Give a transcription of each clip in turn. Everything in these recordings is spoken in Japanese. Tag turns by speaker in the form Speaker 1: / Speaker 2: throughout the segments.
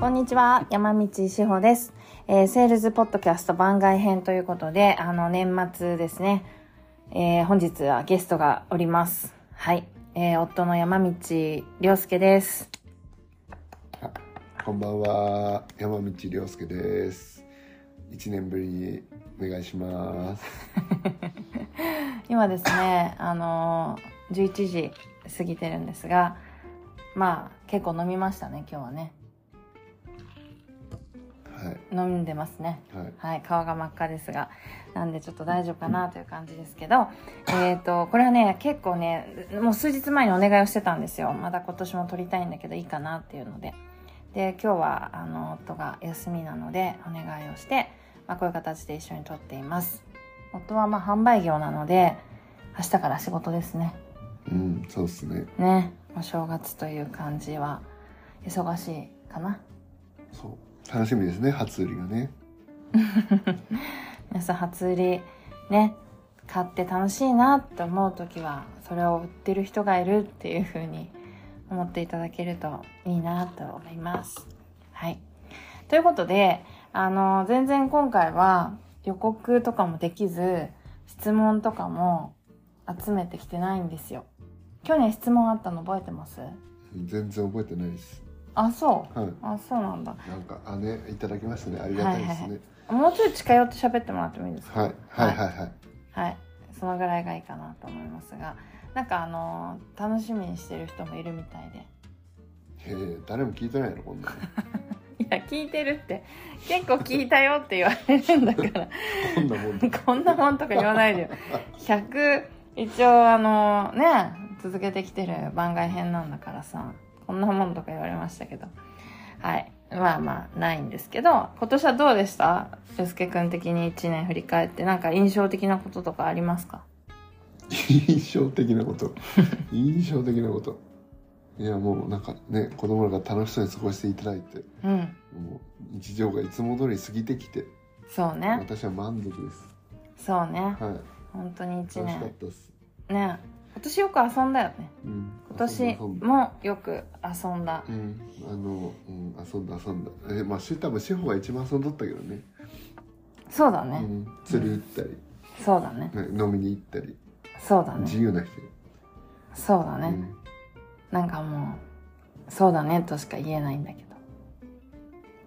Speaker 1: こんにちは、山道志保です、えー、セールズポッドキャスト番外編ということで、あの、年末ですね、えー、本日はゲストがおります。はい。えー、夫の山道良介です。
Speaker 2: こんばんは、山道良介です。1年ぶりにお願いします。
Speaker 1: 今ですね、あのー、11時過ぎてるんですが、まあ、結構飲みましたね、今日はね。
Speaker 2: はい、
Speaker 1: 飲んでますね、
Speaker 2: はい、
Speaker 1: はい、顔が真っ赤ですがなんでちょっと大丈夫かなという感じですけど、うん、えっ、ー、とこれはね結構ねもう数日前にお願いをしてたんですよまだ今年も撮りたいんだけどいいかなっていうのでで今日はあの夫が休みなのでお願いをして、まあ、こういう形で一緒に撮っています夫はまあ販売業なので明日から仕事ですね
Speaker 2: うんそうですね
Speaker 1: ねお正月という感じは忙しいかな
Speaker 2: そう楽しみですね初売りがね
Speaker 1: 皆さん初売りね買って楽しいなと思う時はそれを売ってる人がいるっていう風に思っていただけるといいなと思います。はい。ということで、あの、全然今回は予告とかもできず、質問とかも集めてきてないんですよ。去年質問あったの覚えてます
Speaker 2: 全然覚えてないです。
Speaker 1: あそう、
Speaker 2: はい、
Speaker 1: あそうなんだ
Speaker 2: なんかあねいただきましたねありがたいですね、はいはい
Speaker 1: はい、もうちょい近寄って喋ってもらってもいいですか、
Speaker 2: はい、はいはいはい
Speaker 1: はいそのぐらいがいいかなと思いますがなんかあのー、楽しみにしてる人もいるみたいで
Speaker 2: えー、誰も聞いてないのこんな
Speaker 1: いや聞いてるって結構聞いたよって言われるんだから
Speaker 2: こんなもん
Speaker 1: こんなもんとか言わないでよ100一応あのー、ね続けてきてる番外編なんだからさこんなもんとか言われましたけど。はい。まあまあ、ないんですけど、今年はどうでしたゆうすけくん的に1年振り返って、なんか印象的なこととかありますか
Speaker 2: 印象的なこと。 印象的なこと。いや、もうなんかね、子供らが楽しそうに過ごしていただいて、
Speaker 1: うん。
Speaker 2: もう日常がいつも通り過ぎてきて、
Speaker 1: そうね。。
Speaker 2: 私は満足です
Speaker 1: そうね。はい。本当に1年。ね今年よく遊んだよね、
Speaker 2: うん、
Speaker 1: 今年もよく遊んだ、
Speaker 2: うん、あの、うん、遊んだ遊んだえまあ多分志保が一番遊んどったけどね、
Speaker 1: そうだね、うん
Speaker 2: 釣り行ったり、
Speaker 1: そうだね、
Speaker 2: ね、飲みに行ったり
Speaker 1: そうだね
Speaker 2: 自由な人
Speaker 1: そうだね、うん、なんかもうそうだねとしか言えないんだけど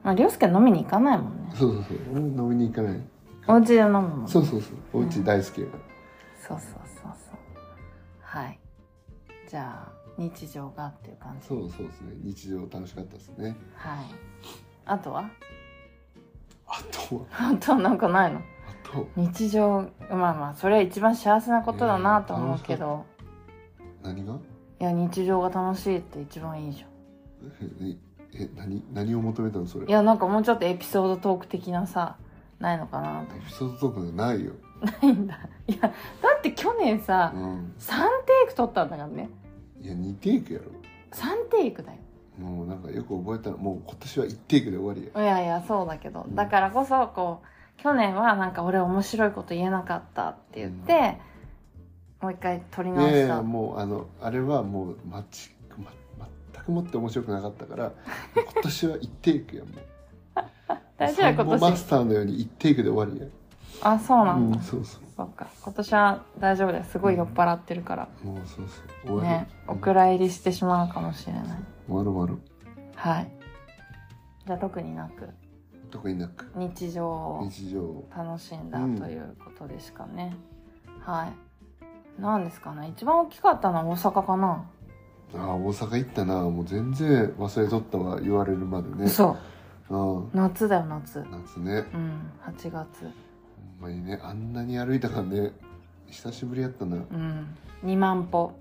Speaker 1: まあ涼介飲みに行かないもんね
Speaker 2: そうそうそう俺飲みに行かない
Speaker 1: お家で飲むもん、ね、、
Speaker 2: そうそうそうお家大好きやから
Speaker 1: そうそうそうそうはい。じゃあ日常がっていう感じ。
Speaker 2: そうそうですね。日常楽しかったですね。
Speaker 1: はい。あとは？
Speaker 2: あとは？
Speaker 1: あとなんかないの？あ
Speaker 2: と
Speaker 1: 日常まあまあそれは一番幸せなことだなと思うけど。
Speaker 2: えー、何が？
Speaker 1: いや日常が楽しいって一番いいじゃん。
Speaker 2: ええ何何を求めたのそれ？
Speaker 1: いやなんかもうちょっとエピソードトーク的なさないのかなと。
Speaker 2: エピソードトークないよ。
Speaker 1: ないんだ いやだって去年さ、うん、3テイク取ったんだからね
Speaker 2: いや2テイクやろ
Speaker 1: 3テイクだよ
Speaker 2: もうなんかよく覚えたらもう今年は1テイクで終わ
Speaker 1: やい
Speaker 2: り
Speaker 1: やいやそうだけど、うん、だからこそこう去年はなんか俺面白いこと言えなかったって言って、うん、もう一回取り直したい
Speaker 2: やもうあのあれはもうまち、ま、全くもって面白くなかったから 今年は1テイクやもう
Speaker 1: 大丈夫今年
Speaker 2: マスターのように1テイクで終わりや
Speaker 1: あそうなんだ、
Speaker 2: うん、そうそう
Speaker 1: そうか今年は大丈夫ですすごい酔っ払ってるから、
Speaker 2: うん、もうそう
Speaker 1: そう終わねお蔵入りしてしまうかもしれない
Speaker 2: 終わる終わる
Speaker 1: はいじゃあ特になく
Speaker 2: 特になく
Speaker 1: 日常を
Speaker 2: 日常
Speaker 1: 楽しんだということですかね、うん、はい何ですかね一番大きかったのは大阪かな
Speaker 2: あ大阪行ったなもう全然忘れとったわ言われるまでね
Speaker 1: そう
Speaker 2: あ
Speaker 1: 夏だよ夏
Speaker 2: 夏ね
Speaker 1: うん8月
Speaker 2: ほんまにねあんなに歩いたからね久しぶりやったな
Speaker 1: うん2万歩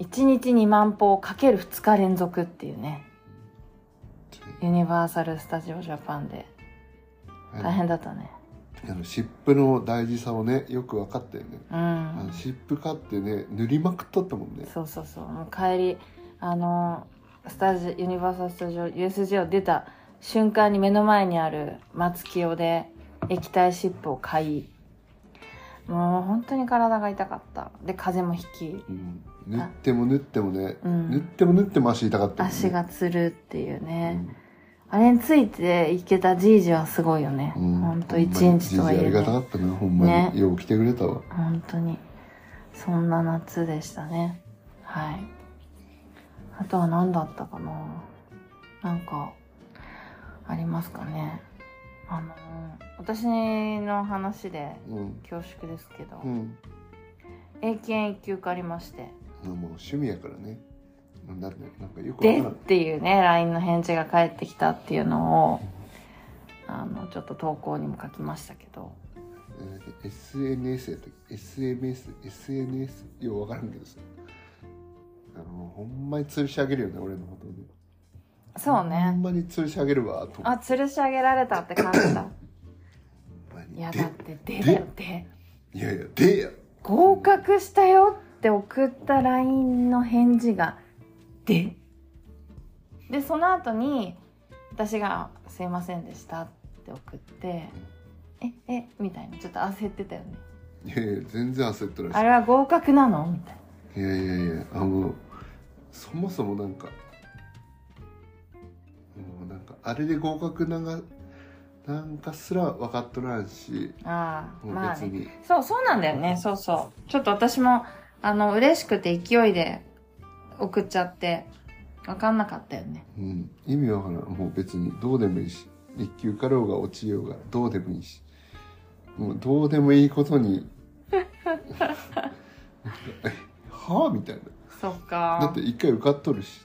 Speaker 1: 1日2万歩をかける2日連続っていうねユニバーサル・スタジオ・ジャパンで大変だったね
Speaker 2: あの湿布の大事さをねよく分かったよね、
Speaker 1: うん、あ
Speaker 2: の湿布買ってね塗りまくっとったもんね
Speaker 1: そうそうそうもう帰りあのスタジユニバーサル・スタジオ USJ を出た瞬間に目の前にある松清で液体シップを買いもう本当に体が痛かったで風邪もひき、
Speaker 2: うん、縫っても縫ってもね、
Speaker 1: う
Speaker 2: 縫っ
Speaker 1: ん、
Speaker 2: ても縫っても足痛かったもんね、
Speaker 1: 足がつるっていうね、
Speaker 2: ね、
Speaker 1: あれについていけたじいじはすごいよね、
Speaker 2: うん、
Speaker 1: ほんと一日とはい
Speaker 2: ほんまにじいじあ
Speaker 1: え、
Speaker 2: りがた
Speaker 1: ね、
Speaker 2: かったなほんま
Speaker 1: ね
Speaker 2: によう来てくれたわ
Speaker 1: 本当にそんな夏でしたねはいあとは何だったかななんかありますかねあの私の話で
Speaker 2: うん
Speaker 1: 恐縮ですけど、
Speaker 2: うん
Speaker 1: 英検1級受かりまして
Speaker 2: まあもう趣味やからねだってなんかよくわ
Speaker 1: で
Speaker 2: か
Speaker 1: っ
Speaker 2: らん
Speaker 1: ていうね LINE の返事が返ってきたっていうのをあのちょっと投稿にも書きましたけど
Speaker 2: えー SNS やったっけ SMS、SNS、よう分からんけどさ。あの、ほんまに吊るし上げるよね、俺のことで。
Speaker 1: そう
Speaker 2: ほん
Speaker 1: ね
Speaker 2: まに吊るし上げるわ、と思
Speaker 1: あ
Speaker 2: っ
Speaker 1: 吊るし上げられたって感じだい
Speaker 2: て。
Speaker 1: や
Speaker 2: で
Speaker 1: だってでだって
Speaker 2: いやいや、でや。
Speaker 1: 合格したよって送った LINE の返事がででその後に私が「すいませんでした」って送って「ええみたいなちょっと焦ってたよね
Speaker 2: いやいや、全然焦ってる
Speaker 1: あれは合格なのみたいない
Speaker 2: やいやいや、あの、そもそもなんか、もうなんか、あれで合格なんか、なんかすら分かっとらんし、
Speaker 1: ああ
Speaker 2: も
Speaker 1: ま
Speaker 2: う
Speaker 1: あ
Speaker 2: 別
Speaker 1: ね
Speaker 2: に。
Speaker 1: そう、そうなんだよね。そうそう。ちょっと私も、あの、嬉しくて勢いで送っちゃって、わかんなかったよね。
Speaker 2: うん、意味わからんもう別にどうでもいいし一級かろうが落ちようがどうでもいいしもうどうでもいいことに はあみたい
Speaker 1: そっ
Speaker 2: なだっ
Speaker 1: か
Speaker 2: て。一回受かっとるし、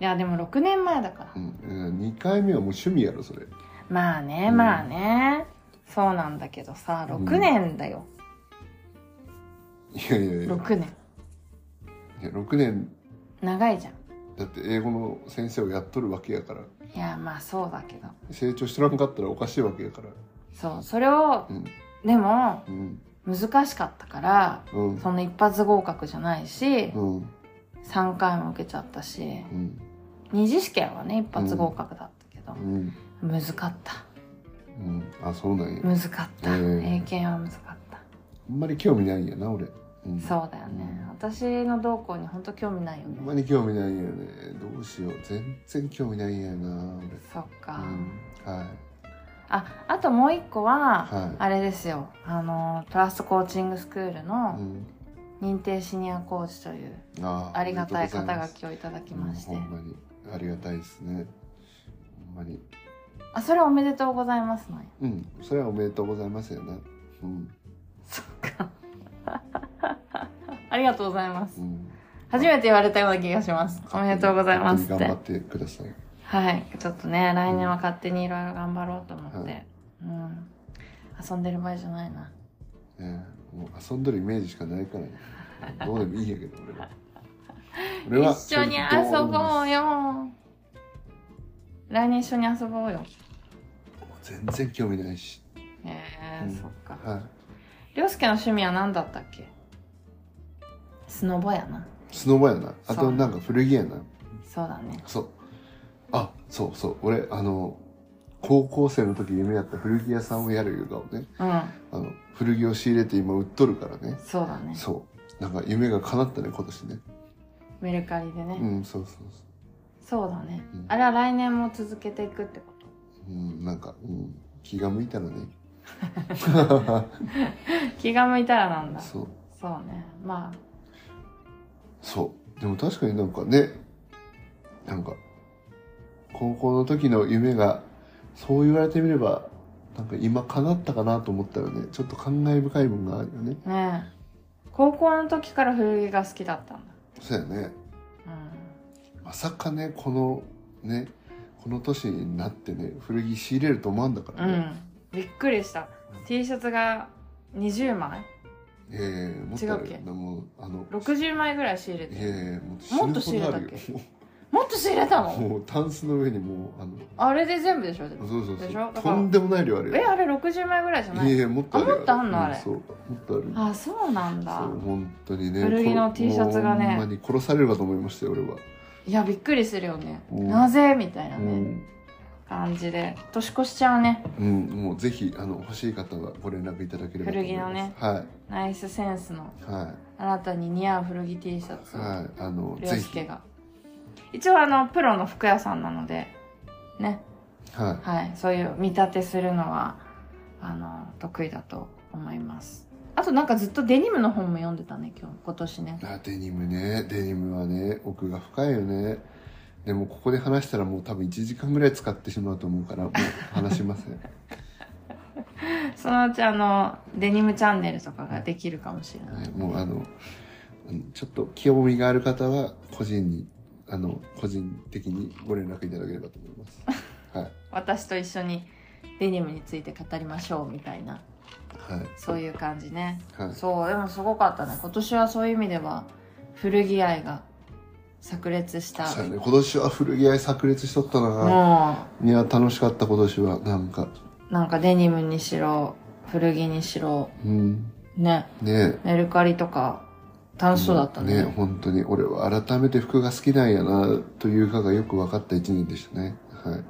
Speaker 1: いや、でも6年前だから
Speaker 2: う。ん、うん二回目はもう趣味やろそれ
Speaker 1: まあね、
Speaker 2: うん
Speaker 1: まあね。そうなんだけどさ、
Speaker 2: うん
Speaker 1: 6年だよ。
Speaker 2: いやいやいや
Speaker 1: 6年。
Speaker 2: いや6年
Speaker 1: 長いじゃん。
Speaker 2: だって英語の先生をやっとるわけやから
Speaker 1: いや、まあそうだけど。
Speaker 2: 成長しとらんかったらおかしいわけやから
Speaker 1: そう、それを
Speaker 2: う、ん
Speaker 1: でも、
Speaker 2: うん
Speaker 1: 難しかったから、
Speaker 2: うん
Speaker 1: その一発合格じゃないし、
Speaker 2: うん
Speaker 1: 3回も受けちゃったし、
Speaker 2: うん
Speaker 1: 二次試験はね、一発合格だったけど
Speaker 2: う、ん
Speaker 1: 難かった。
Speaker 2: うんあそうなんや
Speaker 1: 難かった、
Speaker 2: ええ
Speaker 1: 英検は難かった
Speaker 2: あんまり興味ないんやな俺、うん、
Speaker 1: そうだよね私の動向に本当興味ないよ
Speaker 2: ほんま
Speaker 1: ね
Speaker 2: に興味ないんやねどうしよう全然興味ないんやな
Speaker 1: そっ
Speaker 2: 俺、
Speaker 1: か、
Speaker 2: うん、はい
Speaker 1: ああともう一個は、
Speaker 2: はい
Speaker 1: あれですよあのトラストコーチングスクール
Speaker 2: う
Speaker 1: の
Speaker 2: ん、
Speaker 1: 認定シニアコーチという
Speaker 2: あー
Speaker 1: ありがたい
Speaker 2: おめでとうござ
Speaker 1: 肩
Speaker 2: ま
Speaker 1: 書
Speaker 2: す
Speaker 1: きをいただきまして、
Speaker 2: うんほんまにありがたいですねほんまに
Speaker 1: あそれはおめでとうございますのよ
Speaker 2: うんそれはおめでとうございますよなうん
Speaker 1: そっか ありがとうございます
Speaker 2: うん
Speaker 1: 初めて言われたような気がしますおめでとうございますっ
Speaker 2: 勝
Speaker 1: て
Speaker 2: 手に頑張ってください
Speaker 1: はい、ちょっとね、来年は勝手にいろいろ頑張ろうと思って、
Speaker 2: はい
Speaker 1: うん、遊んでる場合じゃないな。
Speaker 2: ねえもう遊んどるイメージしかないからねどうでもいいんやけど俺は俺 は
Speaker 1: 一緒に遊ぼうよ。来年一緒に遊ぼうよ。
Speaker 2: 全然興味ないし
Speaker 1: えー
Speaker 2: うん
Speaker 1: そっか。
Speaker 2: は
Speaker 1: りょうすけの趣味は何だったっけスノボやな。
Speaker 2: いスノボやなあ
Speaker 1: そ
Speaker 2: と
Speaker 1: う
Speaker 2: なんか古着やな
Speaker 1: そうだね。
Speaker 2: そう。あ、そうそう。俺、あの、高校生の時夢やった古着屋さんをやるいうかをね、
Speaker 1: うん、
Speaker 2: あの、古着を仕入れて今売っとるからね。
Speaker 1: そうだね。
Speaker 2: そう。なんか夢が叶ったね、今年ね。
Speaker 1: メルカリでね。
Speaker 2: うん、そうそう
Speaker 1: そうだね
Speaker 2: うん。
Speaker 1: あれは来年も続けていくってこと。
Speaker 2: そう。うん、なんか、うん、気が向いた らね。
Speaker 1: 気が向いたらなんだ。そ
Speaker 2: そう。
Speaker 1: うね。まあ、
Speaker 2: そう。でも確かになんかね、なんか、高校の時の夢が、そう言われてみれば、なんか今叶ったかなと思ったらね、ちょっと感慨深いもんがあるよね。
Speaker 1: ねえ高校の時から古着が好きだったんだ。
Speaker 2: そうやね。
Speaker 1: うん
Speaker 2: まさかねこのねこの年になってね古着仕入れると思わんだから
Speaker 1: う
Speaker 2: ね、
Speaker 1: ん、びっくりした。T シャツが20枚
Speaker 2: ええもっとある
Speaker 1: 違うっけ
Speaker 2: もうあの
Speaker 1: ?60 枚ぐらい仕入れて。
Speaker 2: ええもっと
Speaker 1: もっと仕入れたっけ
Speaker 2: 死ぬほど
Speaker 1: もっと仕入れた
Speaker 2: あるよもう
Speaker 1: の
Speaker 2: もうタンスの上にもうあの
Speaker 1: あれで全部でしょでも
Speaker 2: そうそう
Speaker 1: でしょ
Speaker 2: そ
Speaker 1: だ
Speaker 2: う
Speaker 1: から
Speaker 2: とんでもない量あるよ
Speaker 1: え、あれ60枚ぐらいじゃないい
Speaker 2: えいえもっとあるよ
Speaker 1: あもっとあんのあれ
Speaker 2: うんそうもっとあるよ
Speaker 1: あ、そうなんだ
Speaker 2: そう。本当にね
Speaker 1: 古着の T シャツがね
Speaker 2: もうほんまに殺されるかと思いましたよ俺は、
Speaker 1: いや、びっくりするよね。
Speaker 2: うん
Speaker 1: なぜみたいな
Speaker 2: う
Speaker 1: ね。
Speaker 2: ん
Speaker 1: 感じで年越しちゃうね
Speaker 2: うん、もうぜひあの欲しい方はご連絡いただければと思い
Speaker 1: 古着
Speaker 2: ます。
Speaker 1: のね
Speaker 2: は
Speaker 1: ナイスセンスの
Speaker 2: いは
Speaker 1: あなたに似合う古着 T シャツ
Speaker 2: い
Speaker 1: を
Speaker 2: はいあの
Speaker 1: 涼
Speaker 2: ぜ
Speaker 1: 介
Speaker 2: ひ
Speaker 1: が一応あのプロの服屋さんなのでね
Speaker 2: は
Speaker 1: はいそういう見立てするのはあの得意だと思いますあとなんかずっとデニムの本も読んでたね今日今年ね
Speaker 2: い。あデニムねデニムはね奥が深いよね。でもここで話したらもう多分1時間ぐらい使ってしまうと思うからもう話しません。
Speaker 1: そのうちあのデニムチャンネルとかができるかもしれない、
Speaker 2: はい、もうあのうんちょっと興味がある方は個人にあの個人的にご連絡いただければと思います。 はい
Speaker 1: 私と一緒にデニムについて語りましょうみたいな
Speaker 2: はい
Speaker 1: そういう感じね
Speaker 2: はい。
Speaker 1: そうでもすごかったね今年はそういう意味では古着愛が炸裂した
Speaker 2: そうやね今年は古着屋炸裂しとったな。
Speaker 1: も
Speaker 2: いや楽しかった今年はなんか
Speaker 1: うなんかデニムにしろ古着にしろ
Speaker 2: うん
Speaker 1: ね
Speaker 2: ね
Speaker 1: メルカリとか楽しそうだったね,、
Speaker 2: 本当に俺は改めて服が好きなんやなというかがよく分かった一年でしたねはい、
Speaker 1: うん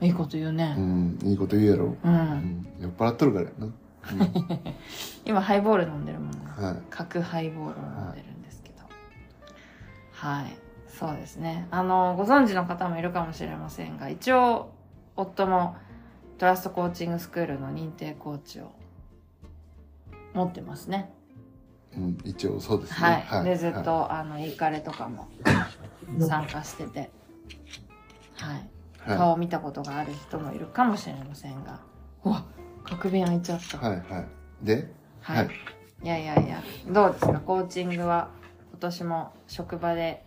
Speaker 1: いいこと言う
Speaker 2: う
Speaker 1: ね
Speaker 2: ん、いいこと言うやろ、
Speaker 1: うん、
Speaker 2: うん、酔っ払っとるからや な、うん
Speaker 1: 今ハイボール飲んでるもんね
Speaker 2: はい
Speaker 1: 角ハイボールを飲んでるんですけどはいそうですねあのご存知の方もいるかもしれませんが一応夫もトラストコーチングスクールの認定コーチを持ってますね
Speaker 2: うん、一応そうですね
Speaker 1: はい、でずっと、
Speaker 2: は
Speaker 1: あのイカレとかも参加しててはい
Speaker 2: いは
Speaker 1: 顔を見たことがある人もいるかもしれませんがうわ角瓶開いちゃった
Speaker 2: い、はいはいで
Speaker 1: は
Speaker 2: はい
Speaker 1: い。いやいやいや、どうですか、コーチングは今年も職場で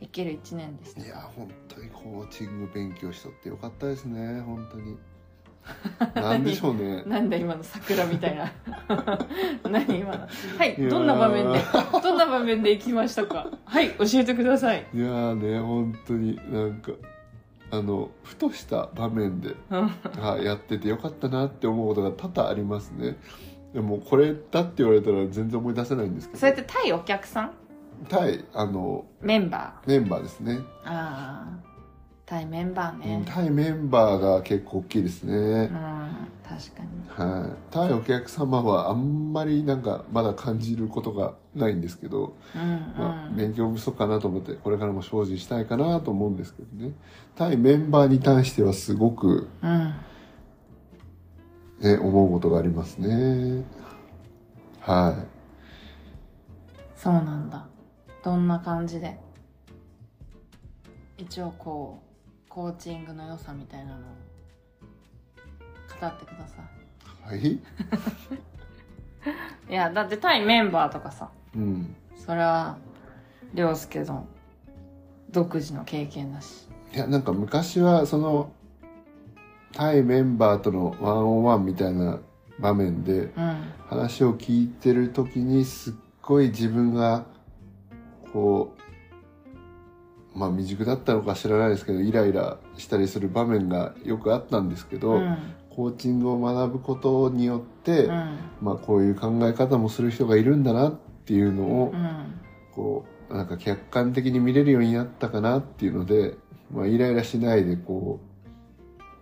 Speaker 1: 生きる一年でし
Speaker 2: いや
Speaker 1: た。
Speaker 2: 本当にコーチング勉強しとってよかったですね本当 になんでしょうね
Speaker 1: なんだ今の桜みたいな。 何今の。はい、
Speaker 2: いやー
Speaker 1: どんな場面で、どんな場面で行きましたか。はい、教えてください。
Speaker 2: いやーね本当になんかあのふとした場面で
Speaker 1: うん
Speaker 2: あやっててよかったなって思うことが多々ありますねでもこれだって言われたら全然思い出せないんですけど
Speaker 1: そうやって対お客さん
Speaker 2: 対あの
Speaker 1: メンバ
Speaker 2: メンバーですね
Speaker 1: ー。ああ、対メンバー
Speaker 2: うん
Speaker 1: ね。
Speaker 2: 対メンバーが結構大きいです
Speaker 1: う
Speaker 2: ね
Speaker 1: ん、、確かに。
Speaker 2: はい、対お客様はあんまりなんかまだ感じることがないんですけど、ま
Speaker 1: う
Speaker 2: あ、
Speaker 1: ん、うん。
Speaker 2: 勉強不足かなと思ってこれからも精進したいかなと思うんですけどね対メンバーに対してはすごく、
Speaker 1: うん。
Speaker 2: ね、思うことがありますねはい
Speaker 1: そうなんだ。どんな感じで一応こう、コーチングの良さみたいなのを語ってくださ
Speaker 2: はい
Speaker 1: い。いや、だって対メンバーとかさ、
Speaker 2: うん
Speaker 1: それは、りょうすけの独自の経験だし。
Speaker 2: いやなんか昔はその対メンバーとのワンオンワンみたいな場面で
Speaker 1: うん。
Speaker 2: 話を聞いてる時にすっごい自分がこうまあ未熟だったのか知らないですけどイライラしたりする場面がよくあったんですけど、
Speaker 1: うん。
Speaker 2: コーチングを学ぶことによって、
Speaker 1: うん。
Speaker 2: まあこういう考え方もする人がいるんだなっていうのを、
Speaker 1: うん。
Speaker 2: こうなんか客観的に見れるようになったかなっていうので、まあ、イライラしないでこ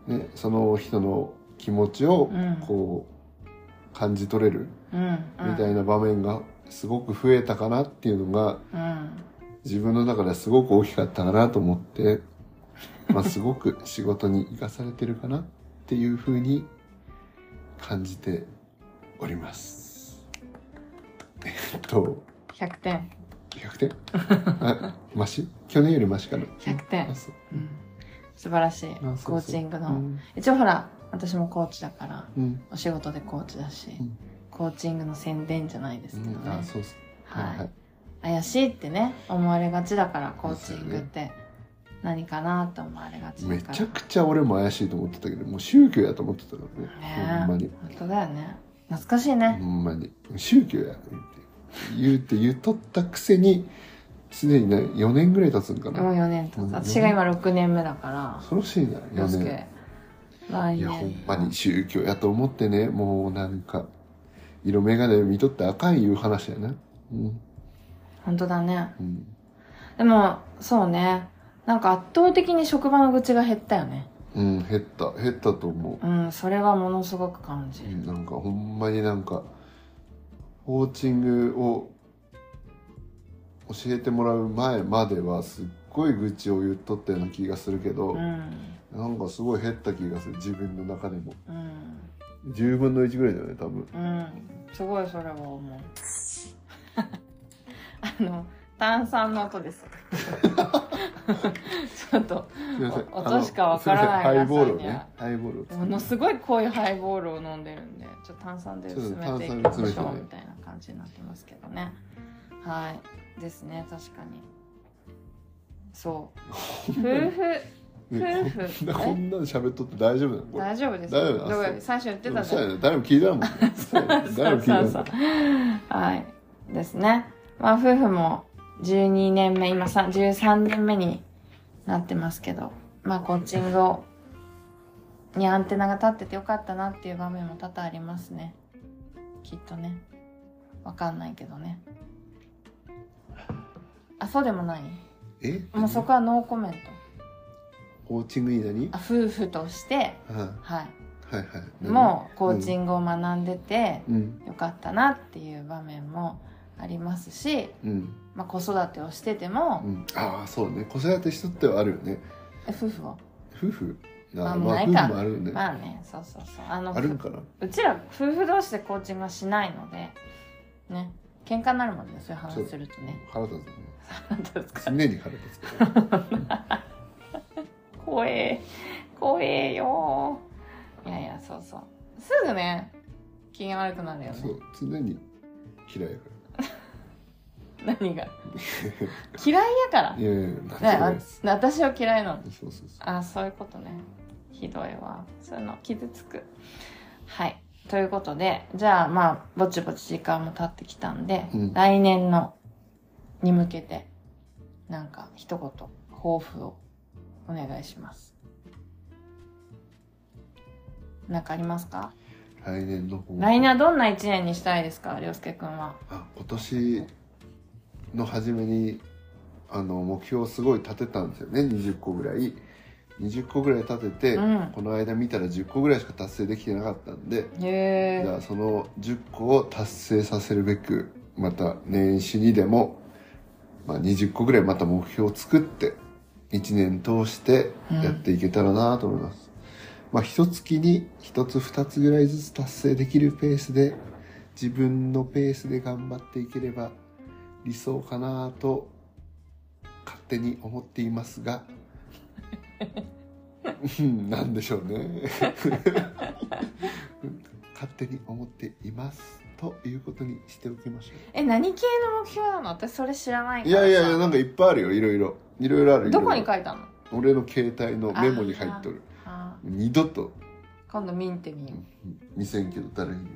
Speaker 2: う、ね、その人の気持ちを
Speaker 1: うん
Speaker 2: こう感じ取れる
Speaker 1: うん。
Speaker 2: みたいな場面がすごく増えたかなっていうのが
Speaker 1: うん。
Speaker 2: 自分の中ではすごく大きかったかなと思 って、まあ、すごく仕事に生かされてるかなっていうふうに感じております。えっと
Speaker 1: 100点。
Speaker 2: 100点 あマシ去年よりマシかな
Speaker 1: 100点
Speaker 2: あ。そう
Speaker 1: うん。素晴らしい。
Speaker 2: あ
Speaker 1: コ
Speaker 2: そうそう
Speaker 1: ーチング
Speaker 2: う
Speaker 1: の。
Speaker 2: ん
Speaker 1: 一応ほら、私もコーチだから。
Speaker 2: うん
Speaker 1: お仕事でコーチだし、
Speaker 2: うん
Speaker 1: コーチングの宣伝じゃないですけどね、
Speaker 2: あそうそう
Speaker 1: はい怪しいってね思われがちだからコーチングって何かなって思われがち
Speaker 2: め
Speaker 1: だから
Speaker 2: ちゃくちゃ俺も怪しいと思ってたけどもう宗教やと思ってたからね
Speaker 1: ね
Speaker 2: ほんまに
Speaker 1: え本当だよね懐かしいね、
Speaker 2: ほんまに宗教やって言うて言うとったくせにすでにね4年ぐらい経つんか
Speaker 1: もう
Speaker 2: な
Speaker 1: 4年経
Speaker 2: う
Speaker 1: つ
Speaker 2: ん
Speaker 1: 私が今6年目だから
Speaker 2: 恐ろしいな
Speaker 1: 洋
Speaker 2: 4年
Speaker 1: 介来
Speaker 2: い
Speaker 1: 年
Speaker 2: やほんまに宗教やと思ってねもうなんか色眼鏡見とってあかんいう話やなうん
Speaker 1: 本当だね
Speaker 2: うん
Speaker 1: でもそうねなんか圧倒的に職場の愚痴が減ったよね
Speaker 2: うん減った減ったと思
Speaker 1: うんそれはものすごく感じ
Speaker 2: うう
Speaker 1: る
Speaker 2: んなんかほんまになんかコーチングを教えてもらう前まではすっごい愚痴を言っとったような気がするけど、
Speaker 1: うん
Speaker 2: なんかすごい減った気がする自分の中でも
Speaker 1: うん
Speaker 2: 10分の1ぐらいだよね多分
Speaker 1: うんすごいそれは思う あの炭酸の音です ちょっと
Speaker 2: すいません
Speaker 1: お
Speaker 2: あの
Speaker 1: 音しかわからない
Speaker 2: すませんハイボールを
Speaker 1: 皆さんに
Speaker 2: ね
Speaker 1: は
Speaker 2: ハイボールを
Speaker 1: ものすごい濃いハイボールを飲んでるんでちょっと炭酸で薄めていきまし
Speaker 2: ちょっと炭酸で薄
Speaker 1: ょう
Speaker 2: めてね
Speaker 1: みたいな感じになってますけどねはいですね確かにそう 夫婦
Speaker 2: ね
Speaker 1: 夫婦
Speaker 2: こんなこんなの喋っとって大丈夫なのこれ
Speaker 1: 大丈夫です
Speaker 2: 大丈夫
Speaker 1: どう
Speaker 2: あそう
Speaker 1: 最初言って
Speaker 2: でも
Speaker 1: たじ
Speaker 2: そう
Speaker 1: ゃ
Speaker 2: や
Speaker 1: ん
Speaker 2: ね誰も聞いてないもんねそうやね誰も聞いてないもん
Speaker 1: そうそうはいですねまあ夫婦も12年目今さ13年目になってますけどまあコーチングをにアンテナが立っててよかったなっていう場面も多々ありますねきっとねわかんないけどねあそうでもない
Speaker 2: え
Speaker 1: もうそこはノーコメント
Speaker 2: コーチングに何
Speaker 1: あ夫婦として
Speaker 2: あは
Speaker 1: はい
Speaker 2: いはいはい
Speaker 1: もうコーチングを学んでて
Speaker 2: ううん
Speaker 1: よかったなっていう場面もありますし、
Speaker 2: うん
Speaker 1: まあ、子育てをしてて
Speaker 2: う
Speaker 1: も、
Speaker 2: んああそうね子育てしとってはあるよね
Speaker 1: え夫婦を
Speaker 2: 夫婦
Speaker 1: まあ
Speaker 2: あ
Speaker 1: もうな
Speaker 2: まあ
Speaker 1: い
Speaker 2: 夫婦
Speaker 1: か
Speaker 2: もあるよね
Speaker 1: まあねそうそうそうあの
Speaker 2: あるんかな
Speaker 1: うちら夫婦同士でコーチングはしないのでね喧嘩になるもんねそういう話するとね
Speaker 2: 腹立つね
Speaker 1: なんですか
Speaker 2: 常に腹立つから
Speaker 1: 怖え怖えよいやいやそうそうすぐね機嫌悪くなるよね
Speaker 2: そう常に嫌いやか
Speaker 1: 何が 嫌いやから
Speaker 2: らいやいや
Speaker 1: ね
Speaker 2: 間違い
Speaker 1: あ
Speaker 2: ないです
Speaker 1: 私を嫌いなの
Speaker 2: そうそうそう
Speaker 1: あそういうことねひどいわそういうの傷つくはいということでじゃあまあぼちぼち時間も経ってきたんで、
Speaker 2: うん
Speaker 1: 来年のに向けてなんか一言抱負をお願いしますなんかありますか
Speaker 2: 来年の抱負
Speaker 1: 来年はどんな一年にしたいですか涼介くんは
Speaker 2: あ今年の初めにあの目標をすごい立てたんですよね20個ぐらい20個ぐらい立てて、
Speaker 1: うん
Speaker 2: この間見たら10個ぐらいしか達成できてなかったんで、
Speaker 1: へ
Speaker 2: じゃ
Speaker 1: え
Speaker 2: あその10個を達成させるべくまた年始にでも、まあ、20個ぐらいまた目標を作って1年通してやっていけたらなと思います、まあ一月に1つ2つぐらいずつ達成できるペースで自分のペースで頑張っていければ理想かなと勝手に思っていますがうんなんでしょうね勝手に思っていますということにしておきましょ
Speaker 1: え何系の目標なの私それ知らないか
Speaker 2: うい
Speaker 1: らさ
Speaker 2: やいやいやなんかいっぱいあるよいろいろいろいろあるいろ
Speaker 1: ど
Speaker 2: いろ
Speaker 1: こに書いたの
Speaker 2: 俺の携帯のメモに入っとる
Speaker 1: あ
Speaker 2: 二度と
Speaker 1: ー今度見んてみよう
Speaker 2: 見せんけど誰にも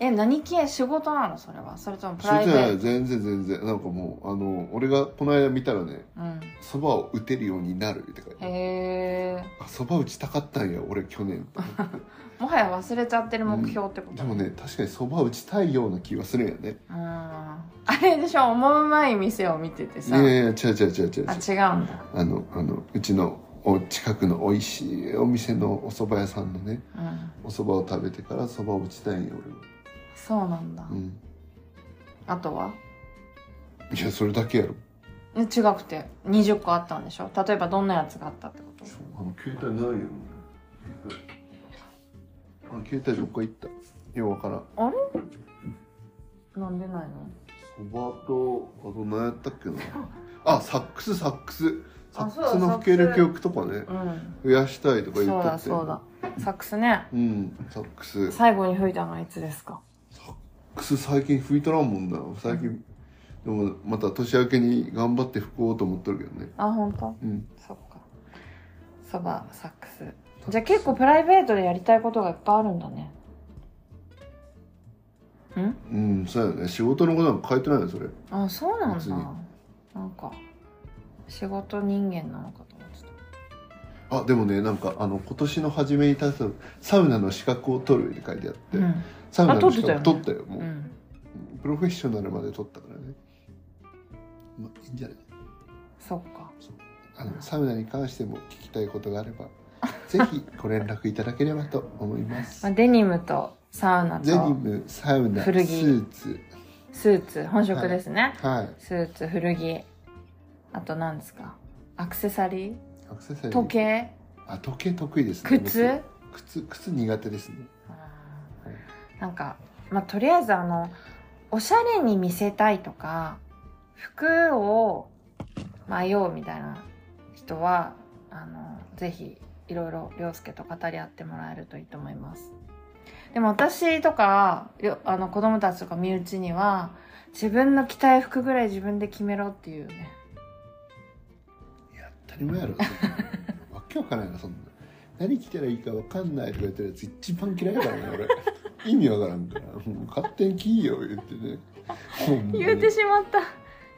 Speaker 1: え何系仕事なのそれはそれともプ
Speaker 2: そ
Speaker 1: ラ
Speaker 2: れ
Speaker 1: イ
Speaker 2: じ
Speaker 1: ベ
Speaker 2: ゃない
Speaker 1: ート
Speaker 2: 全然全然なんかもうあの俺がこの間見たらね
Speaker 1: うん
Speaker 2: そばを打てるようになるって書いてある
Speaker 1: へえ
Speaker 2: あそば打ちたかったんや俺去年と思って
Speaker 1: もはや忘れちゃってる目標ってこと、
Speaker 2: でもね確かにそば打ちたいような気がするんやね
Speaker 1: うんあれでしょ思うまい店を見てて
Speaker 2: い
Speaker 1: さ、
Speaker 2: やいや違う違う違う違う違う
Speaker 1: あ違うんだ
Speaker 2: あのあのうちのお近くの美味しいお店のお蕎麦屋さんのね
Speaker 1: うん
Speaker 2: お蕎麦を食べてから蕎麦を打ちたいんや俺は
Speaker 1: そうなんだ、
Speaker 2: うん
Speaker 1: あとはい
Speaker 2: やそれだけやろ
Speaker 1: え違くて20個あったんでしょ例えばどんなやつがあったってこと
Speaker 2: あの携帯ないよあの携帯どっか行ったようわからん
Speaker 1: あれなんでないの
Speaker 2: そばとあと何やったっ けなあサックスサックスサ
Speaker 1: あそう
Speaker 2: ッ
Speaker 1: だ
Speaker 2: クスの吹ける曲とかね
Speaker 1: うん
Speaker 2: 増やしたいとか
Speaker 1: そう
Speaker 2: 言った
Speaker 1: だ
Speaker 2: って
Speaker 1: そうだサックスね
Speaker 2: うんサックスサッ
Speaker 1: 最後に吹いたのはいつですか
Speaker 2: クス最近吹いとらんもんな最近でもまた年明けに頑張って吹こうと思っとるけどね
Speaker 1: あ本当
Speaker 2: うん
Speaker 1: そっかそばサックスじゃあ結構プライベートでやりたいことがいっぱいあるんだねん
Speaker 2: うんそうやね仕事のことなんか書いてないよそれ
Speaker 1: あそうなん
Speaker 2: 別
Speaker 1: だ
Speaker 2: に
Speaker 1: なんか仕事人間なのかと思ってた
Speaker 2: あでもねなんかあの今年の初めに立つサウナの資格を取るって書いてあって、
Speaker 1: うん
Speaker 2: サウナの資
Speaker 1: あ取
Speaker 2: 格取
Speaker 1: っ
Speaker 2: ってたよもう、
Speaker 1: うん
Speaker 2: プロフェッショナルまで取ったからねまあいいんじゃない
Speaker 1: そっか
Speaker 2: そうあのサウナに関しても聞きたいことがあれ ばぜひご連絡いただければと思います
Speaker 1: まあ、デニムとサウナ
Speaker 2: デニ
Speaker 1: と
Speaker 2: ムサウナス
Speaker 1: 古着
Speaker 2: ーツ
Speaker 1: スーツ本職ですね、
Speaker 2: はい
Speaker 1: スーツ古着あと何ですかアクセサリ
Speaker 2: アクセ
Speaker 1: ー
Speaker 2: サリー
Speaker 1: 時計
Speaker 2: あ時計得意ですね
Speaker 1: 靴
Speaker 2: 僕靴靴苦手ですね
Speaker 1: なんか、まあ、とりあえずあのおしゃれに見せたいとか服を迷うみたいな人はあのぜひいろいろ涼介と語り合ってもらえるといいと思いますでも私とかよあの子供たちとか身内には自分の着たい服ぐらい自分で決めろっていうね
Speaker 2: いや当たり 前やろそんなわけわかんないなそんな何着たらいいかわかんないとか言ってるやつ一番嫌いだからね俺意味わからんからもう勝手に着いよ言ってねほんまに
Speaker 1: 言うてしまった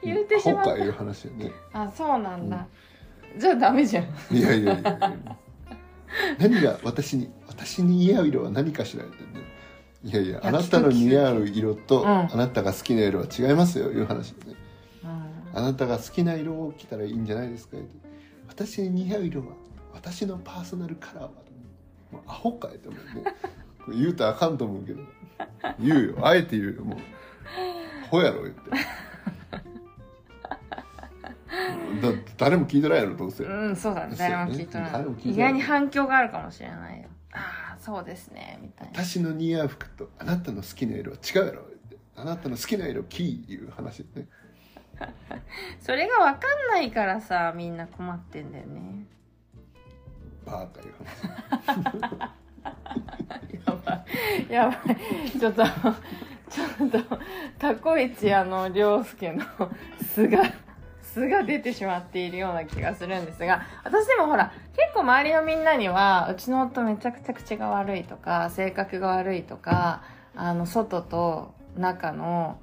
Speaker 1: 言うてしまっ
Speaker 2: アホかいう話やね
Speaker 1: たあそうなんだ、じゃあダメじゃん
Speaker 2: いやいやいや何が私に私に似合う色は何かしらってねいやいや
Speaker 1: いや
Speaker 2: あなた
Speaker 1: 聞
Speaker 2: の
Speaker 1: く聞く
Speaker 2: 似合う色と、
Speaker 1: うん
Speaker 2: あなたが好きな色は違いますよいう話ね
Speaker 1: うん
Speaker 2: あなたが好きな色を着たらいいんじゃないですかって私に似合う色は私のパーソナルカラーはもうアホかいと思うね これ言うたらあかんと思うけど言うよあえて言うよもうアホやろ言って だって誰も聞いてないやろどうせ、
Speaker 1: うん、そうだね。
Speaker 2: そう
Speaker 1: 誰
Speaker 2: よね
Speaker 1: も聞いてない
Speaker 2: 誰も聞い。てない
Speaker 1: 意外に反響があるかもしれないよ。ああ、そうですね、みたいな。
Speaker 2: 私の似合う服とあなたの好きな色は違うやろってあなたの好きな色キーいう話ね
Speaker 1: それがわかんないからさ、みんな困ってんだよね。
Speaker 2: バーカいう話
Speaker 1: やばい。やばい。ちょっと、ちょっと、過去一あの、涼介の素が、素が出てしまっているような気がするんですが、私でもほら、結構周りのみんなには、うちの夫めちゃくちゃ口が悪いとか、性格が悪いとか、あの、外と中の、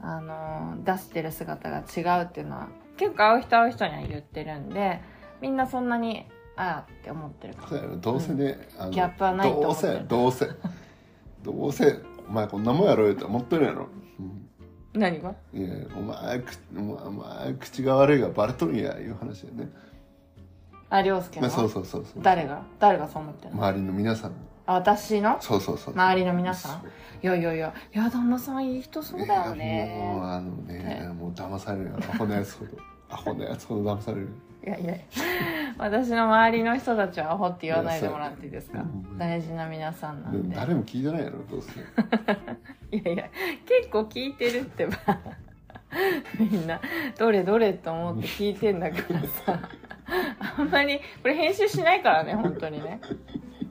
Speaker 1: あの、出してる姿が違うっていうのは、結構会う人会う人には言ってるんで、みんなそんなに、ああって思ってるかも
Speaker 2: そうやろどうせね、あの
Speaker 1: ギャップはないと思ってる
Speaker 2: どうせどうせどうせお前こんなもんやろよって思ってるやろ、
Speaker 1: 何が
Speaker 2: うん、いやお前くお前お前口が悪いがバレとるんやいう話やね、
Speaker 1: あ、涼介
Speaker 2: ま
Speaker 1: の。
Speaker 2: あ、そうそうそうそう
Speaker 1: 誰が誰がそう思ってるの、
Speaker 2: 周りの皆さん
Speaker 1: あ私の
Speaker 2: そうそうそう
Speaker 1: 周りの皆さん
Speaker 2: そう
Speaker 1: いやいやいやいや旦那さんいい人そうだよ
Speaker 2: いやもう
Speaker 1: ね
Speaker 2: あのねもう騙される よアホなやつほどアホなやつほど騙される
Speaker 1: いやいや私の周りの人たちはアホって言わないでもらっていいですか
Speaker 2: うん
Speaker 1: 大事な皆さんな
Speaker 2: で
Speaker 1: ん
Speaker 2: も
Speaker 1: で
Speaker 2: 誰も聞いてないやろ どうせ
Speaker 1: いやいや結構聞いてるってば みんなどれどれと思って聞いてんだからさあんまりこれ編集しないからね本当にね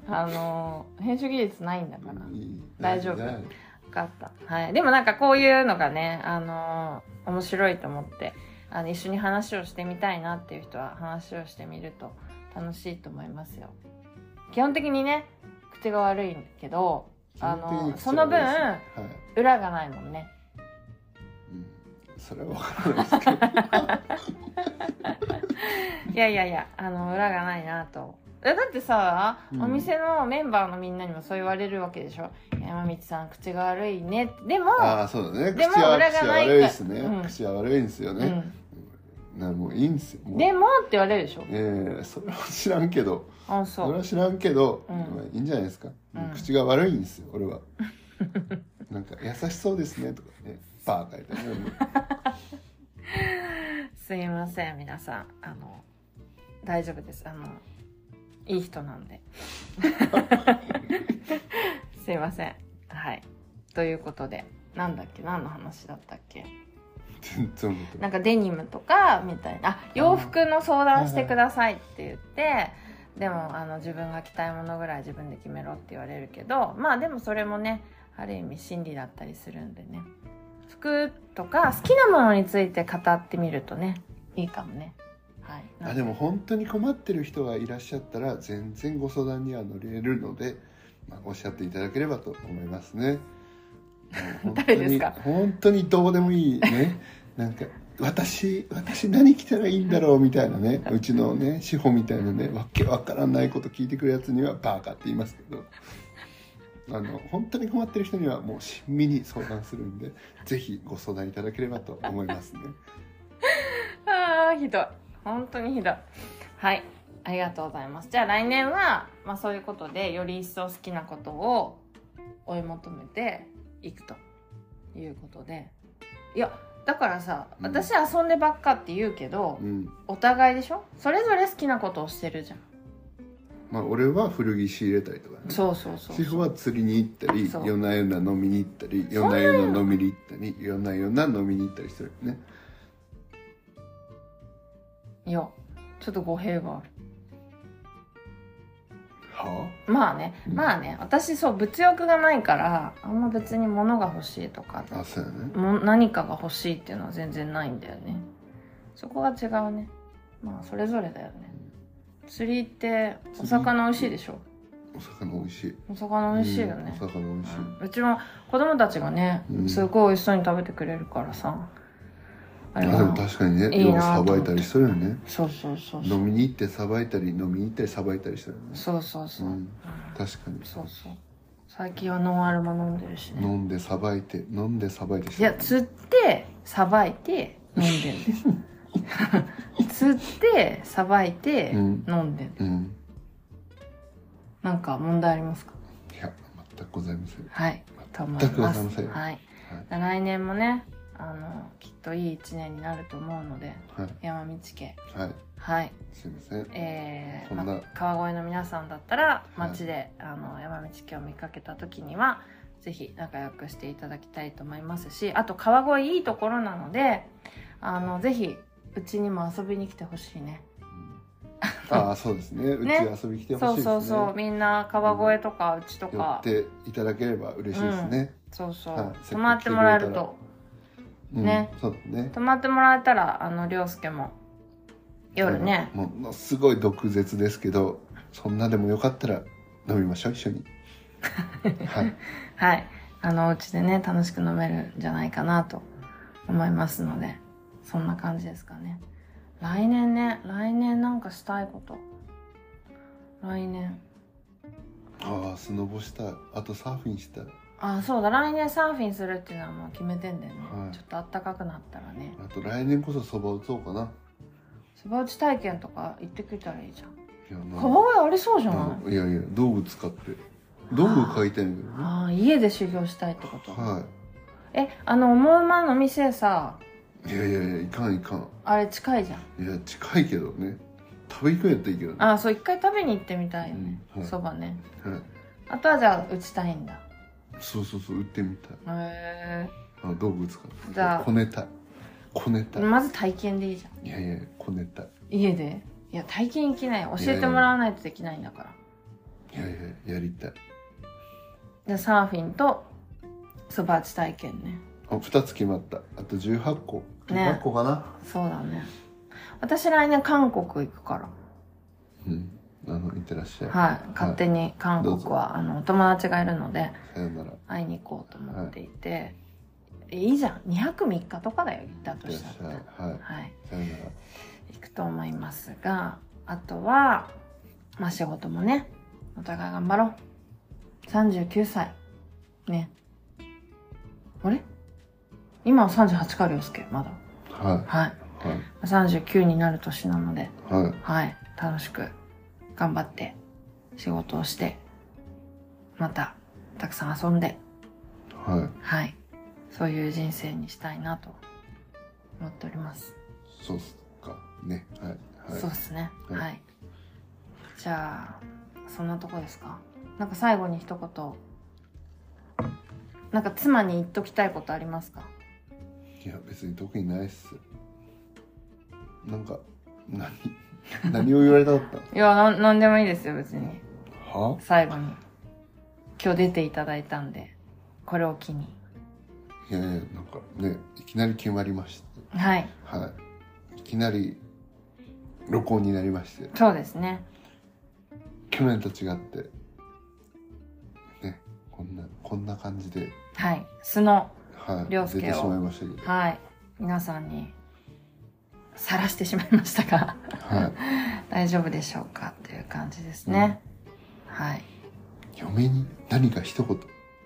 Speaker 1: あの編集技術ないんだから
Speaker 2: いい
Speaker 1: 大丈夫
Speaker 2: ない
Speaker 1: 分かった。はい。でもなんかこういうのがね、あのー面白いと思って、あの、一緒に話をしてみたいなっていう人は話をしてみると楽しいと思いますよ。基本的にね、口が悪いけど、あのー
Speaker 2: 基
Speaker 1: そ
Speaker 2: 本
Speaker 1: の
Speaker 2: 的に口
Speaker 1: 分
Speaker 2: が、悪いですはい
Speaker 1: 裏がないもんね。
Speaker 2: うんそれは分からないですけど
Speaker 1: いやいやいや、あの、裏がないなと。えだってさ、
Speaker 2: うん
Speaker 1: お店のメンバーのみんなにもそう言われるわけでしょ。山道さん、口が悪いね。でも、
Speaker 2: ああそうだね
Speaker 1: で
Speaker 2: 口
Speaker 1: も
Speaker 2: は
Speaker 1: 裏
Speaker 2: 口
Speaker 1: が
Speaker 2: は
Speaker 1: ない
Speaker 2: 悪いですね、
Speaker 1: うん
Speaker 2: 口は悪いんですよ
Speaker 1: う
Speaker 2: ね、
Speaker 1: ん。
Speaker 2: なもういいんですよもう
Speaker 1: でもって言われるでしょ。
Speaker 2: えーそれは知らんけど
Speaker 1: あ、
Speaker 2: そ
Speaker 1: そ
Speaker 2: れ
Speaker 1: う。
Speaker 2: は知らんけど、
Speaker 1: うん
Speaker 2: まあいいんじゃないですか、
Speaker 1: うん
Speaker 2: 口が悪いんですよ俺は なんか優しそうですねとかねバー書いてね
Speaker 1: すいません皆さんあの大丈夫ですあのいい人なんで すいませんはいということでなんだっけ何の話だったっけ
Speaker 2: 全然思ってな
Speaker 1: ないんかデニムとかみたいなあ洋服の相談してくださいって言ってでもあの自分が着たいものぐらい自分で決めろって言われるけどまあでもそれもねある意味心理だったりするんでね服とか好きなものについて語ってみるとねいいかもねはい
Speaker 2: あでも本当に困ってる人がいらっしゃったら全然ご相談には乗れるので、まあ、おっしゃっていただければと思いますね。もう
Speaker 1: 誰ですか
Speaker 2: 本当に本当にどうでもい いねなんか私私何着たらいいんだろうみたいなねうちのね志保みたいなねわけわからないこと聞いてくるやつにはバーカって言いますけどあの本当に困ってる人にはもう親身に相談するんでぜひご相談いただければと思いますね。
Speaker 1: あーひどい本当にひどいはいありがとうございますじゃあ来年は、まあ、そういうことでより一層好きなことを追い求めていくということでいやだからさ
Speaker 2: うん
Speaker 1: 私遊んでばっかって言うけど、
Speaker 2: うん
Speaker 1: お互いでしょそれぞれ好きなことをしてるじゃん
Speaker 2: まあ俺は古着仕入れたりとかね
Speaker 1: そうそうそう
Speaker 2: シェフは釣りに行ったり
Speaker 1: そう
Speaker 2: 夜な夜な飲みに行ったり
Speaker 1: そ
Speaker 2: 夜
Speaker 1: んな
Speaker 2: な夜な飲みに行ったり夜な夜な飲みに行ったりしてるね
Speaker 1: いやちょっと語弊がある
Speaker 2: は
Speaker 1: まあね
Speaker 2: うん
Speaker 1: まあね私そう物欲がないからあんま別に物が欲しいとか
Speaker 2: ああそうやね
Speaker 1: も何かが欲しいっていうのは全然ないんだよねそこが違うねまあそれぞれだよね釣りってお魚美味しいでしょ
Speaker 2: お魚美味しい
Speaker 1: お魚美味しいよね、
Speaker 2: うんお魚美味しい、
Speaker 1: うちも子供たちがね、
Speaker 2: うん
Speaker 1: すごい美味しそうに食べてくれるからさあれ
Speaker 2: あでも
Speaker 1: は
Speaker 2: 確かにね
Speaker 1: いい
Speaker 2: よう
Speaker 1: な
Speaker 2: さ
Speaker 1: と思
Speaker 2: ば
Speaker 1: って
Speaker 2: いたりしてるよね
Speaker 1: そうそうそうそう
Speaker 2: 飲みに行ってさばいたり飲みに行ったりさばいたりしてるよね
Speaker 1: そうそうそう、
Speaker 2: うん確かに
Speaker 1: そうそう最近はノンアルも飲んでるしね
Speaker 2: 飲んでさばいて飲んでさばいてし
Speaker 1: いや釣ってさばいて飲ん でるん です釣ってさばいて
Speaker 2: うん
Speaker 1: 飲んでる
Speaker 2: うん
Speaker 1: なんか問題ありますか
Speaker 2: いや全くございません
Speaker 1: はいと思
Speaker 2: 全
Speaker 1: い
Speaker 2: くご
Speaker 1: ま
Speaker 2: ざいますせん
Speaker 1: はい、来年もねあのきっといい一年になると思うので
Speaker 2: はい
Speaker 1: 山道家
Speaker 2: はい
Speaker 1: はい
Speaker 2: すいません
Speaker 1: えー
Speaker 2: そんな
Speaker 1: ま川越の皆さんだったら
Speaker 2: い
Speaker 1: 街で、あの山道家を見かけた時にはぜひ仲良くしていただきたいと思いますしあと川越いいところなのであのぜひうちにも遊びに来てほしいね
Speaker 2: ああそうですねうち
Speaker 1: ね
Speaker 2: 遊びに来てほし
Speaker 1: そ
Speaker 2: いうですね
Speaker 1: そうそうみんな川越とかうちと
Speaker 2: 寄
Speaker 1: か、
Speaker 2: っていただければ嬉しいですね、
Speaker 1: そうそう、
Speaker 2: はい
Speaker 1: 泊まってもらえると
Speaker 2: うん
Speaker 1: ね
Speaker 2: そうだね
Speaker 1: 泊まってもらえたらあの涼介も夜ね
Speaker 2: ものすごい毒舌ですけどそんなでもよかったら飲みましょう一 緒にはい
Speaker 1: はいあのお家でね楽しく飲めるんじゃないかなと思いますのでそんな感じですかね来年ね来年なんかしたいこと来年
Speaker 2: ああスノボしたあとサーフィンしたあ
Speaker 1: あそうだ来年サーフィンするっていうのはもう決めてんだよね、
Speaker 2: はい
Speaker 1: ちょっとあったかくなったらね
Speaker 2: と来年こそそば打とうかな
Speaker 1: そば打ち体験とか行ってきたらいいじゃん
Speaker 2: いやな
Speaker 1: 川越ありそうじゃない、
Speaker 2: ないやいや道具使って道具買いたいんだけどね
Speaker 1: ああ家で修行したいってこと、
Speaker 2: は
Speaker 1: えあの思うまの店さ
Speaker 2: いいやいやいやいかんいかん
Speaker 1: あれ近いじゃん
Speaker 2: いや近いけどね食べ行くんやったらいいけどね
Speaker 1: あそう一回食べに行ってみたいよね、
Speaker 2: うんはい
Speaker 1: そばね
Speaker 2: はい、
Speaker 1: あとはじゃあ打ちたいんだ
Speaker 2: そうそうそう売ってみたい
Speaker 1: へ
Speaker 2: あ道具使って
Speaker 1: じゃあ
Speaker 2: こねたいこねた
Speaker 1: え
Speaker 2: い、
Speaker 1: まず体験でいいじゃん
Speaker 2: いやいやこねたい
Speaker 1: 家でいや体験行きないよ教えてもらわないとできないんだから
Speaker 2: いやいややりたい
Speaker 1: じゃあサーフィンとそば打ち体験ね
Speaker 2: あ2つ決まったあと18個
Speaker 1: ね
Speaker 2: 18個かな、
Speaker 1: そうだね私来年韓国行くから
Speaker 2: うんあのいってらっしゃい
Speaker 1: はい勝手に韓国は、あのお友達がいるので
Speaker 2: さよならいっ
Speaker 1: 会いに行こうと思っていて、えいいじゃん2泊3日とかだよ行った
Speaker 2: て
Speaker 1: と
Speaker 2: らっ
Speaker 1: し
Speaker 2: したゃ
Speaker 1: ら
Speaker 2: いはい
Speaker 1: はい
Speaker 2: さよなら
Speaker 1: 行くと思いますがあとはまあ仕事もねお互い頑張ろう39歳ねあれ今は38か涼介まだは
Speaker 2: は
Speaker 1: い
Speaker 2: いはい
Speaker 1: 39になる年なので
Speaker 2: はい
Speaker 1: はい楽しく頑張って仕事をしてまたたくさん遊んで
Speaker 2: はい
Speaker 1: はいそういう人生にしたいなと思っております
Speaker 2: そうっすかねはいはい
Speaker 1: そうですね。
Speaker 2: はい
Speaker 1: はい。じゃあ、そんなとこですか。なんか最後に一言。なんか妻に言っときたいことありますか。
Speaker 2: いや別に特にないっすなんか何 何を言われたかった
Speaker 1: いや、なん、なんでもいいですよ、別に。
Speaker 2: は
Speaker 1: 最後に。今日出ていただいたんで。これを機に。
Speaker 2: いやいやなんかねいきなり決まりまし
Speaker 1: はい。
Speaker 2: たはいいきなり録音になりまして
Speaker 1: そうですね。
Speaker 2: 去年と違ってねこんなこんな感じで
Speaker 1: はい。素の。
Speaker 2: はい
Speaker 1: 凌介を
Speaker 2: 出てしまいましたけど
Speaker 1: はい。皆さんに。晒してしまいましたが。
Speaker 2: はい
Speaker 1: 大丈夫でしょうかっていう感じですね。はい。
Speaker 2: 嫁に何か一言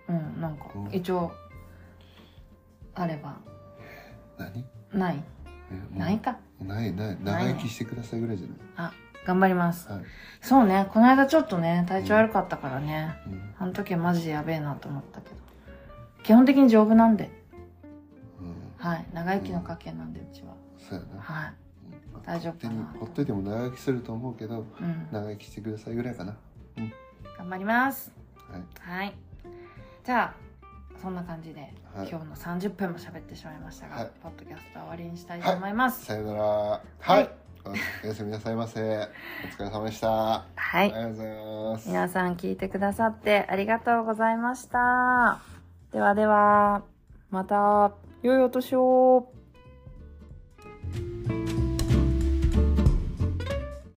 Speaker 1: うん、なんか、
Speaker 2: うん
Speaker 1: 一応、あれば、
Speaker 2: 何
Speaker 1: ない
Speaker 2: ねもう
Speaker 1: ないか
Speaker 2: ないない長生きしてくださいぐらいじゃない
Speaker 1: 頑張ります
Speaker 2: はい、
Speaker 1: そうねこの間ちょっとね体調悪かったからね、
Speaker 2: うん
Speaker 1: あの時はマジでやべえなと思ったけど基本的に丈夫なんで
Speaker 2: うん、
Speaker 1: はい長生きの家系なんでうちは
Speaker 2: そうやな、
Speaker 1: はい
Speaker 2: うん
Speaker 1: 大丈夫か
Speaker 2: 勝手
Speaker 1: な
Speaker 2: にほっといても長生きすると思うけど
Speaker 1: うん
Speaker 2: 長生きしてくださいぐらいかな
Speaker 1: 頑張ります
Speaker 2: はい
Speaker 1: はいじゃあそんな感じで、
Speaker 2: はい
Speaker 1: 今日の30分も喋ってしまいましたが、
Speaker 2: はい
Speaker 1: ポッドキャストは終わりにしたいと思います
Speaker 2: さよならはい、おおやすみなさいませお疲れ様でした
Speaker 1: はい、
Speaker 2: ありがとうございます
Speaker 1: 皆さん聞いてくださってありがとうございましたではではまた良いお年を